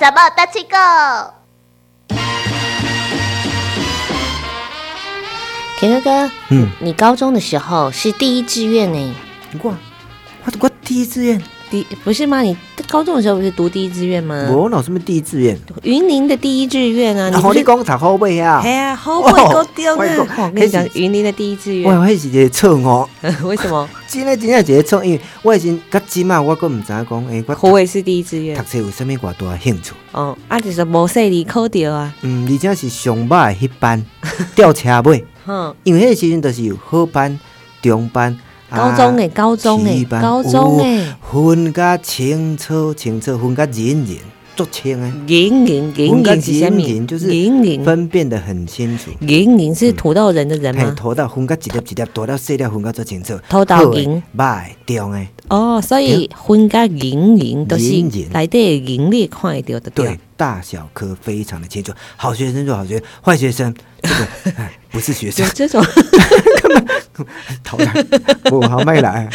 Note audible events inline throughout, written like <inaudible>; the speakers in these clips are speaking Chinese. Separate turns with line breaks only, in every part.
找报大机构。
田哥哥，
嗯，
你高中的时候是第一志愿呢？
我我我第一志愿，
第不是吗？你高中的时候不是读第一志愿吗？
无老师么第一志愿，
云林的第一志愿啊，
啊，
不
吼你
是
讲读好尾啊
哎，呀，好鬼高丢
我
呢！
跟
我跟你
你讲
讲
那，是
云林的第一志
我
愿，
迄是一个错误，
<laughs> 为什么？
真诶真正是一个错，因为我迄阵甲即嘛我阁毋知影讲，诶，我
胡伟是第一志
读
愿
册有啥物偌大的兴趣？
哦，啊，就是无细里考掉啊，
嗯，而且是上歹迄班 <laughs> 吊车尾，
哼，
因为迄个时阵就是有好班、中班、
高中诶，高中诶，
七班
高中欸诶，
有分甲清楚清楚，分甲人人足清诶，
银银银
分甲
银是什么
人人就是
银银
分辨得很清楚。
银银
嗯
是土豆人的人
嘿，
吗？
土豆分甲一粒一粒，大粒细粒分甲足清楚。
土豆
好的
银、
歹的、中诶，
哦，所以分甲银银都是
银银
内底的银你会看得到的
对
对。，
大小科非常的清楚。好学生就好学生，坏学生这
<laughs>
个哎不是学
有
生， <laughs>
这种
讨厌，不好卖来，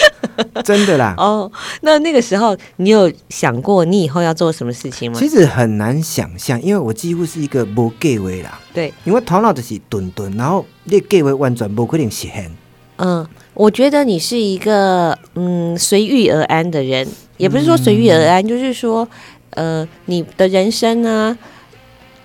真的啦。
哦，那那个时候你有想过你以后要做什么事情吗？
其实很难想象，因为我几乎是一个无计划啦，
对，
因为头脑就是顿顿，然后你的计划完全无可能实现。
嗯，我觉得你是一个嗯随遇而安的人，也不是说随遇而安，就是说呃你的人生呢。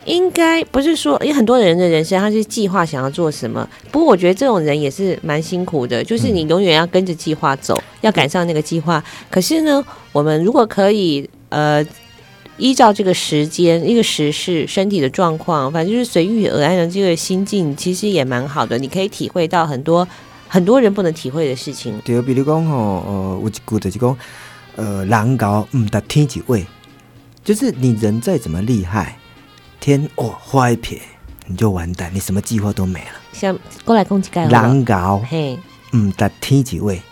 应该不是说，因为很多人的人生他是计划想要做什么，不过我觉得这种人也是蛮辛苦的，就是你永远要跟着计划走，要赶上那个计划。可是呢，我们如果可以呃依照这个时间、一个时事、身体的状况，反正就是随遇而安的这个心境，其实也蛮好的。你可以体会到很多很多人不能体会的事情。
对，比如讲吼，呃，有一句就是讲，呃，人高唔达天一位，就是你人再怎么厉害，天哦画一撇，你就完蛋，你什么计划都没了。
像过来攻击盖了，
人高
嘿，
唔达天一位，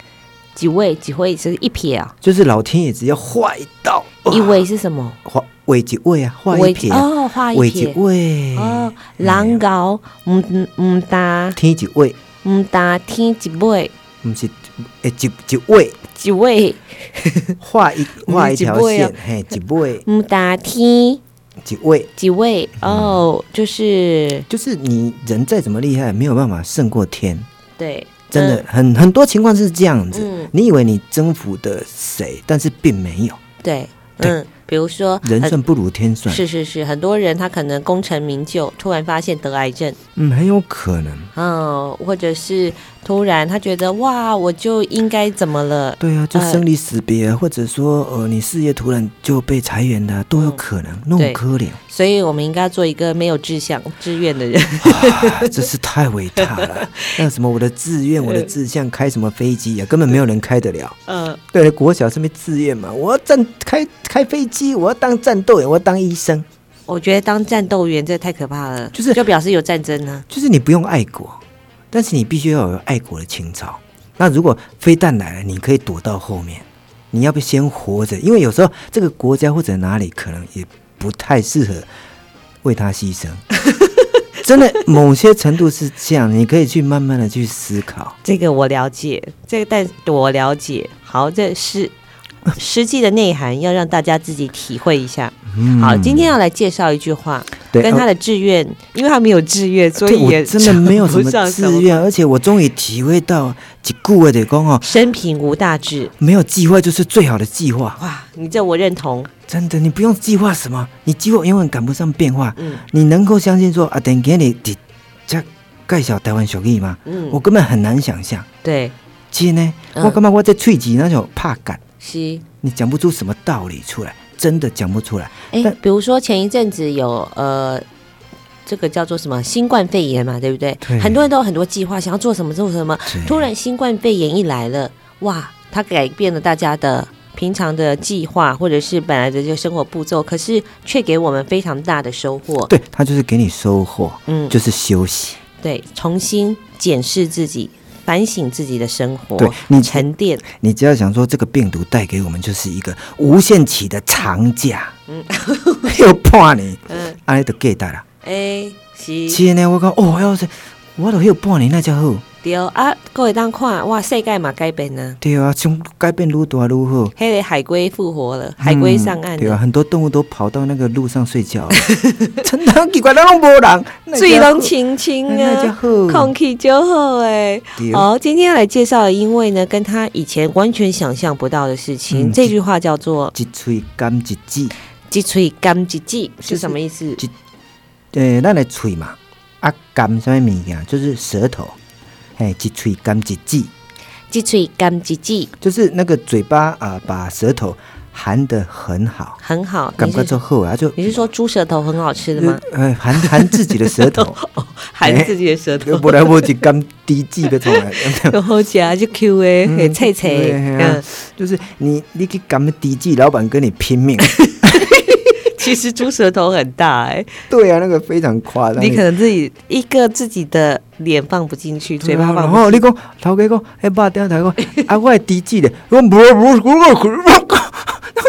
几位几位是一撇啊，
就是老天爷只要画一道，哇
一位是什么？
画画一位啊，画一
位
撇啊，
哦，画
画
一
一
撇。
位，
哦，狼高，唔唔搭
天一位，
唔搭天几位
唔是诶一一位。 <laughs>
几位
画一画一条
一尾啊
线，嘿，一尾
唔搭天
一尾，
几位
嗯
哦，就是
就是你人再怎么厉害，没有办法胜过
嗯
天，
对，嗯
真的很很多情况是这样子。
嗯，嗯，
你以为你征服的谁，但是并没有，
对，
对
嗯，比如说
人
很
算不如天算，
是是是，很多人他可能功成名就，突然发现得癌症，
嗯，很有可能。
嗯，或者是突然他觉得哇，我就应该怎么了？
对啊，就
呃
生离死别，或者说呃，你事业突然就被裁员的啊、都有可能，那
嗯对
种
<laughs>
可怜，
所以我们应该做一个没有志向、志愿的人。
啊真是太伟大了。那什么，我的志愿，我的志向，开什么飞机啊呀、根本没有人开得了。
<laughs> 嗯，
对，国小是没志愿嘛，我要战开开飞机，我要当战斗员，我要当医生，
我觉得当战斗员这太可怕了，
就是
就表示有战争啊呢、
就是你不用爱国，但是你必须要有爱国的情操。那如果飞弹来了，你可以躲到后面，你要不先活着，因为有时候这个国家或者哪里可能也不太适合为他牺
<laughs>
牲。真的，某些程度是这样，你可以去慢慢的去思考。
这个我了解，这个但我了解。好，这 <laughs> 是实际的内涵，要让大家自己体会一下。
嗯
好，今天要来介绍一句话，
对
跟他
呃
的志愿，因为他没有志愿，所
对
以
我
也
真的没有什
称不上
么
什么
志愿，而且我终于体会到一句话得讲哦，
生平无大志。
没有计划就是最好的计划。
哇，你这我认同。
真的，你不用计划什么，你计划永远赶不上变化。
嗯
你能够相信说啊，等给你这这介绍台湾俗语吗？
嗯，
我根本很难想象。
对，
真的，
嗯
我感觉我这喙齿那种怕感，
是。
你讲不出什么道理出来，真的讲不出来。
哎、
但
比如说前一阵子有呃，这个叫做什么新冠肺炎嘛，对不对？
对
很多人都有很多计划，想要做什么做什么。
对
突然新冠肺炎一来了，哇，它改变了大家的平常的计划，或者是本来的这个生活步骤，可是却给我们非常大的收获。
对他就是给你收获，
嗯，
就是休息。
对，重新检视自己，反省自己的生活，
对你
沉淀。
你只要想说这个病毒带给我们就是一个无限期的长假， <laughs>
嗯
又怕你，
嗯，
安尼就给大了。
哎、是
真的，我讲哦，要是我都有半年那才好。
对啊，各位当看哇，世界嘛改变啊，
对啊，从改变愈大愈好。
黑个海龟复活了，海龟上岸
对啊，
了，
很多动物都跑到那个路上睡
<laughs>
觉了，真的很奇怪，那拢无人，那
水
家伙
拢清清
那家
啊，
伙
空气就好哎。
对啊
哦，今天要来介绍的，因为呢，跟他以前完全想象不到的事情，
嗯
这句话叫做
一喙甘一指，
“鸡吹干鸡鸡”
就是是
什么意思？
诶，咱的喙嘛，啊甘什么物件，就是舌头，嘿，一喙甘一指，
鸡吹干鸡鸡
就是那个嘴巴啊、把舌头含得很好，
很好，
感
你
觉
是
就好啊，就
你是说猪舌头很好吃的
就
吗？
呃含含自己的舌
<laughs>
头，
含自己的舌头，
不然我就甘低指要从来。
<laughs> 然后夹就 Q 诶，
哎嗯
很脆脆，
对啊
嗯，
就是你，你去敢低级，老板跟你拼命。
其实猪舌头很大
<laughs>
哎，
对啊，那个非常夸张。
你可能自己一个自己的脸放不进去，嘴巴
然
放不进去，
后你讲，头家讲，哎，爸顶头讲，啊，我的低级的，我无无无无。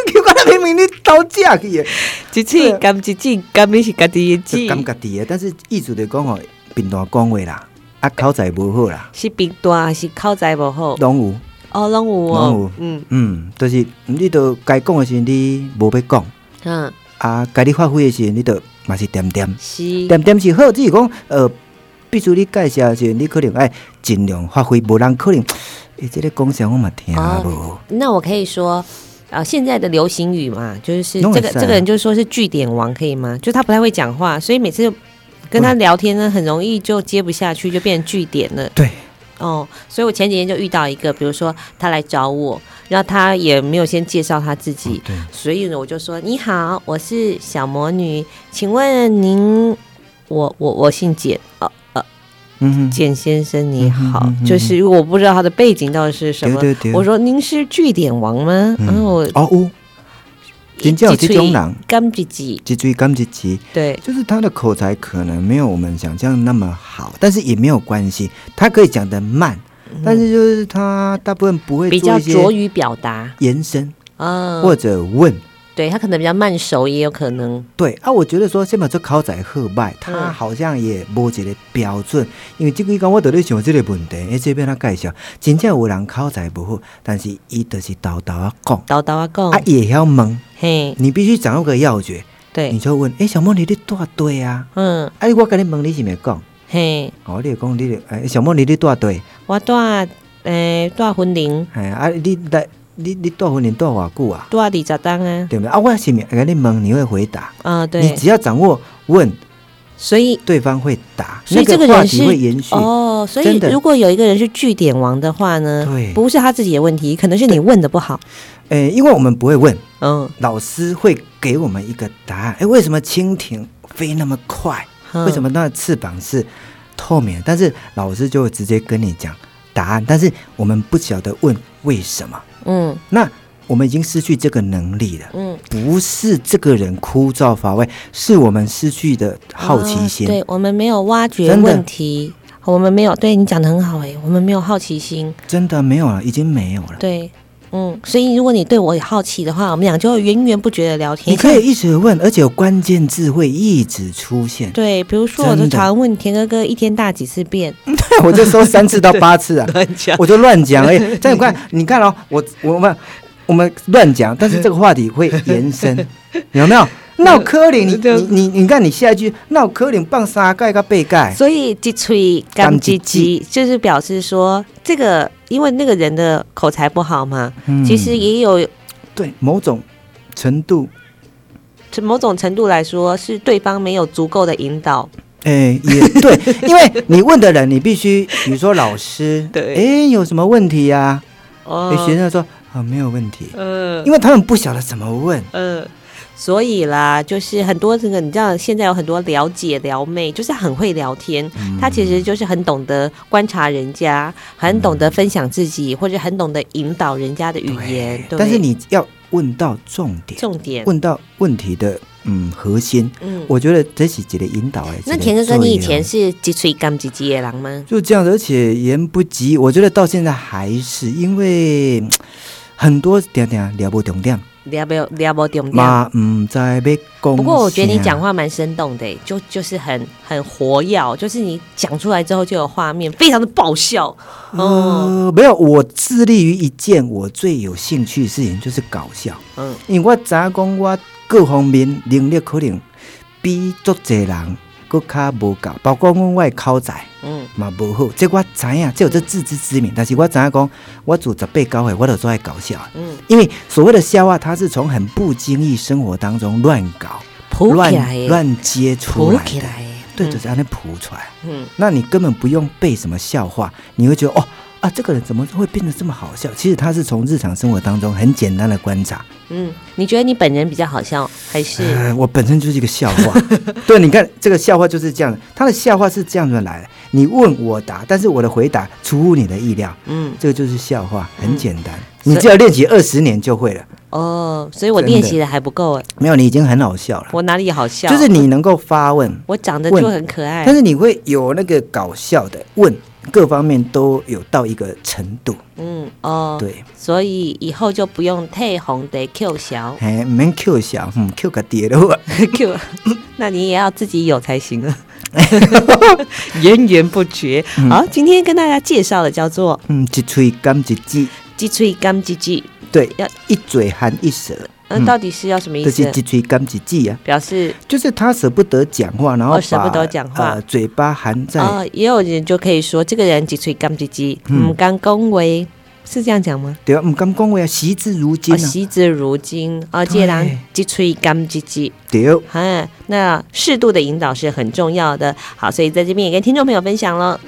结果明明你倒架去的，
一次干一次干咪是家己的
就感
字，
觉低的。但是意思就讲哦，平常讲话啦，啊，口才无好啦，
是平大还是口才不好？
拢有。
哦，拢有
拢
哦
有，
嗯
嗯，就是你都该讲的时候你无要讲，
嗯，
啊，该你发挥的时候你都嘛是点点。
是
点点是好，只是讲呃，必须你介绍的时候，你可能爱尽量发挥，无人可能。诶、这个讲啥我嘛听无、
那我可以说，呃，现在的流行语嘛，就是
弄
这
得
个
散
这个人就说是据点王，可以吗？就他不太会讲话，所以每次跟他聊天呢，很容易就接不下去，就变成据点了。
对，
哦，所以我前几天就遇到一个，比如说他来找我，然后他也没有先介绍他自己，
哦对，
所以呢，我就说：“你好，我是小魔女，请问您，我我我姓简哦，
嗯哼，
简先生你好。
嗯哼嗯哼
就是我不知道他的背景到底是什么，
对对对
我说您是据点王吗？然后我
哦有，真正有这种人，
干自己，
脊椎感一集，
对，
就是他的口才可能没有我们想象那么好，但是也没有关系，他可以讲得慢，但是就是他大部分不会
嗯比
做
较
一些
拙于表达，
延伸
嗯，
或者问。
对他可能比较慢熟，也有可能，
对啊，我觉得说先把这口才好歹，他
嗯
好像也无一个标准，因为这几天我都在想这个问题，诶，这边他介绍，真正有人口才不好，但是伊就是叨叨啊讲，
叨叨啊讲，
啊也会晓问，
嘿，
你必须掌握个要诀，你
对，
就问，诶，小莫你咧住对啊？
嗯，
啊，我跟你问你是咪讲？
嘿，
哦，你就讲你咧，诶，小莫你咧住对？
我住诶住婚龄，
哎啊，你来你你住婚姻住偌久啊？
住二十档啊，
对不对？啊，我是咪跟你问，你会回答？
啊、
你
对，
只要掌握问，
所以
对方会答，
所以
那
这个
话
人是
题会延续。
哦，所以
真的
如果有一个人是据点王的话呢，
对
不是他自己的问题，可能是你问的不好。
诶、因为我们不会问，
嗯，
老师会给我们一个答案。诶，为什么蜻蜓飞那么快？为什
么？
么它的翅膀是透明的？但是老师就会直接跟你讲答案，但是我们不晓得问为什么。
嗯
那我们已经失去这个能力了。
嗯，
不是这个人枯燥乏味，是我们失去的好奇
啊
心。
对我们没有挖掘
真的
问题，我们没有对你讲的很好哎、我们没有好奇心。
真的没有了，已经没有了。
对，嗯，所以如果你对我有好奇的话，我们俩就会源源不绝的聊天。
你可以一直问，而且有关键字会一直出现。
对，比如说我
真
就
的
常问田哥哥一天大几次便，
<laughs> 我就说三次到八次
<laughs>
啊，
乱讲
我就乱讲哎而已。但你看，你看哦，我我们我们乱讲，但是这个话题会延伸，有没有？闹柯
<laughs>
林，你你你你看，你下一句闹柯林棒沙盖个被盖，
所以鸡吹干鸡鸡，就是表示说这个，因为那个人的口才不好嘛，
嗯
其实也有
对某种程度，
从某种程度来说是对方没有足够的引导。
哎，也对，因为你问的人，你必须，比如说老师，
对
哎，有什么问题呀？
哦
哎，学生说啊，没有问题，
嗯
因为他们不晓得怎么问，
嗯，所以啦，就是很多这个，你知道现在有很多了解撩妹，就是很会聊天，
嗯
他其实就是很懂得观察人家，很懂得
嗯
分享自己，或者很懂得引导人家的语言。对
但是你要问到重点，
重点，
问到问题的嗯核心。
嗯，
我觉得这是一个引导哎。
那
一个
田哥哥，你以
作
前
用
是鸡吹干鸡鸡的狼吗？
就这样子，而且言不及，我觉得到现在还是因为嗯很多点点聊不重点，
聊不聊不点
嘛，嗯，在被攻。
不过我觉得你讲话蛮生动的、就就是很很活跃，就是你讲出来之后就有画面，非常的爆笑。嗯
呃，没有，我致力于一件我最有兴趣的事情，就是搞笑。
嗯，
因为我知影讲我各方面能力可能比足侪人佫较无够，包括讲我的口才
嗯
嘛无好，这我知影，这有这自知之明。但是我知影讲，我自十八九岁，我就做爱搞笑的，
嗯，
因为所谓的笑话，它是从很不经意生活当中乱搞、
扑起来耶
乱，乱接出
扑
来
起
的，
来耶，
对，
嗯
就是让它谱出来。
嗯
那你根本不用背什么笑话，你会觉得哦啊，这个人怎么会变得这么好笑？其实他是从日常生活当中很简单的观察。
嗯，你觉得你本人比较好笑，还是
呃，我本身就是一个笑话。 <laughs> 对，你看这个笑话就是这样的，他的笑话是这样子来的，你问我答，但是我的回答出乎你的意料，
嗯
这个就是笑话，很简单，
嗯
你只要练习二十年就会了。
哦？所以我
真的
练习的还不够哎，
没有，你已经很好笑了，
我哪里好笑？
就是你能够发问，
我长得
问
就很可爱
但，是你会有那个搞笑的问，各方面都有到一个程度。
嗯哦，
对，
所以以后就不用太红的 Q 小
哎，唔免 Q 笑，嗯，Q 个跌落。 <laughs>
Q，那你也要自己有才行啊，源源不绝。好，今天跟大家介绍的叫做
嗯，一嘴干一舌，
“鸡脆干鸡鸡
对
要，
一嘴含一舌，”，
那呃到底是要什么意
就是
思
一？嘴干一舌啊。
表示
就是他舍不得讲话，然后
哦舍不
把
得讲话
呃，嘴巴含在、
哦，也有人就可以说这个人“鸡脆干鸡鸡”，
嗯
嗯，刚恭维是这样讲吗？
对吧？啊唔敢讲话，惜字如金
哦，
啊，
惜字如金哦，这个人“鸡脆干鸡鸡”。
对。
哎，那适度的引导是很重要的。好，所以在这边也跟听众朋友分享了。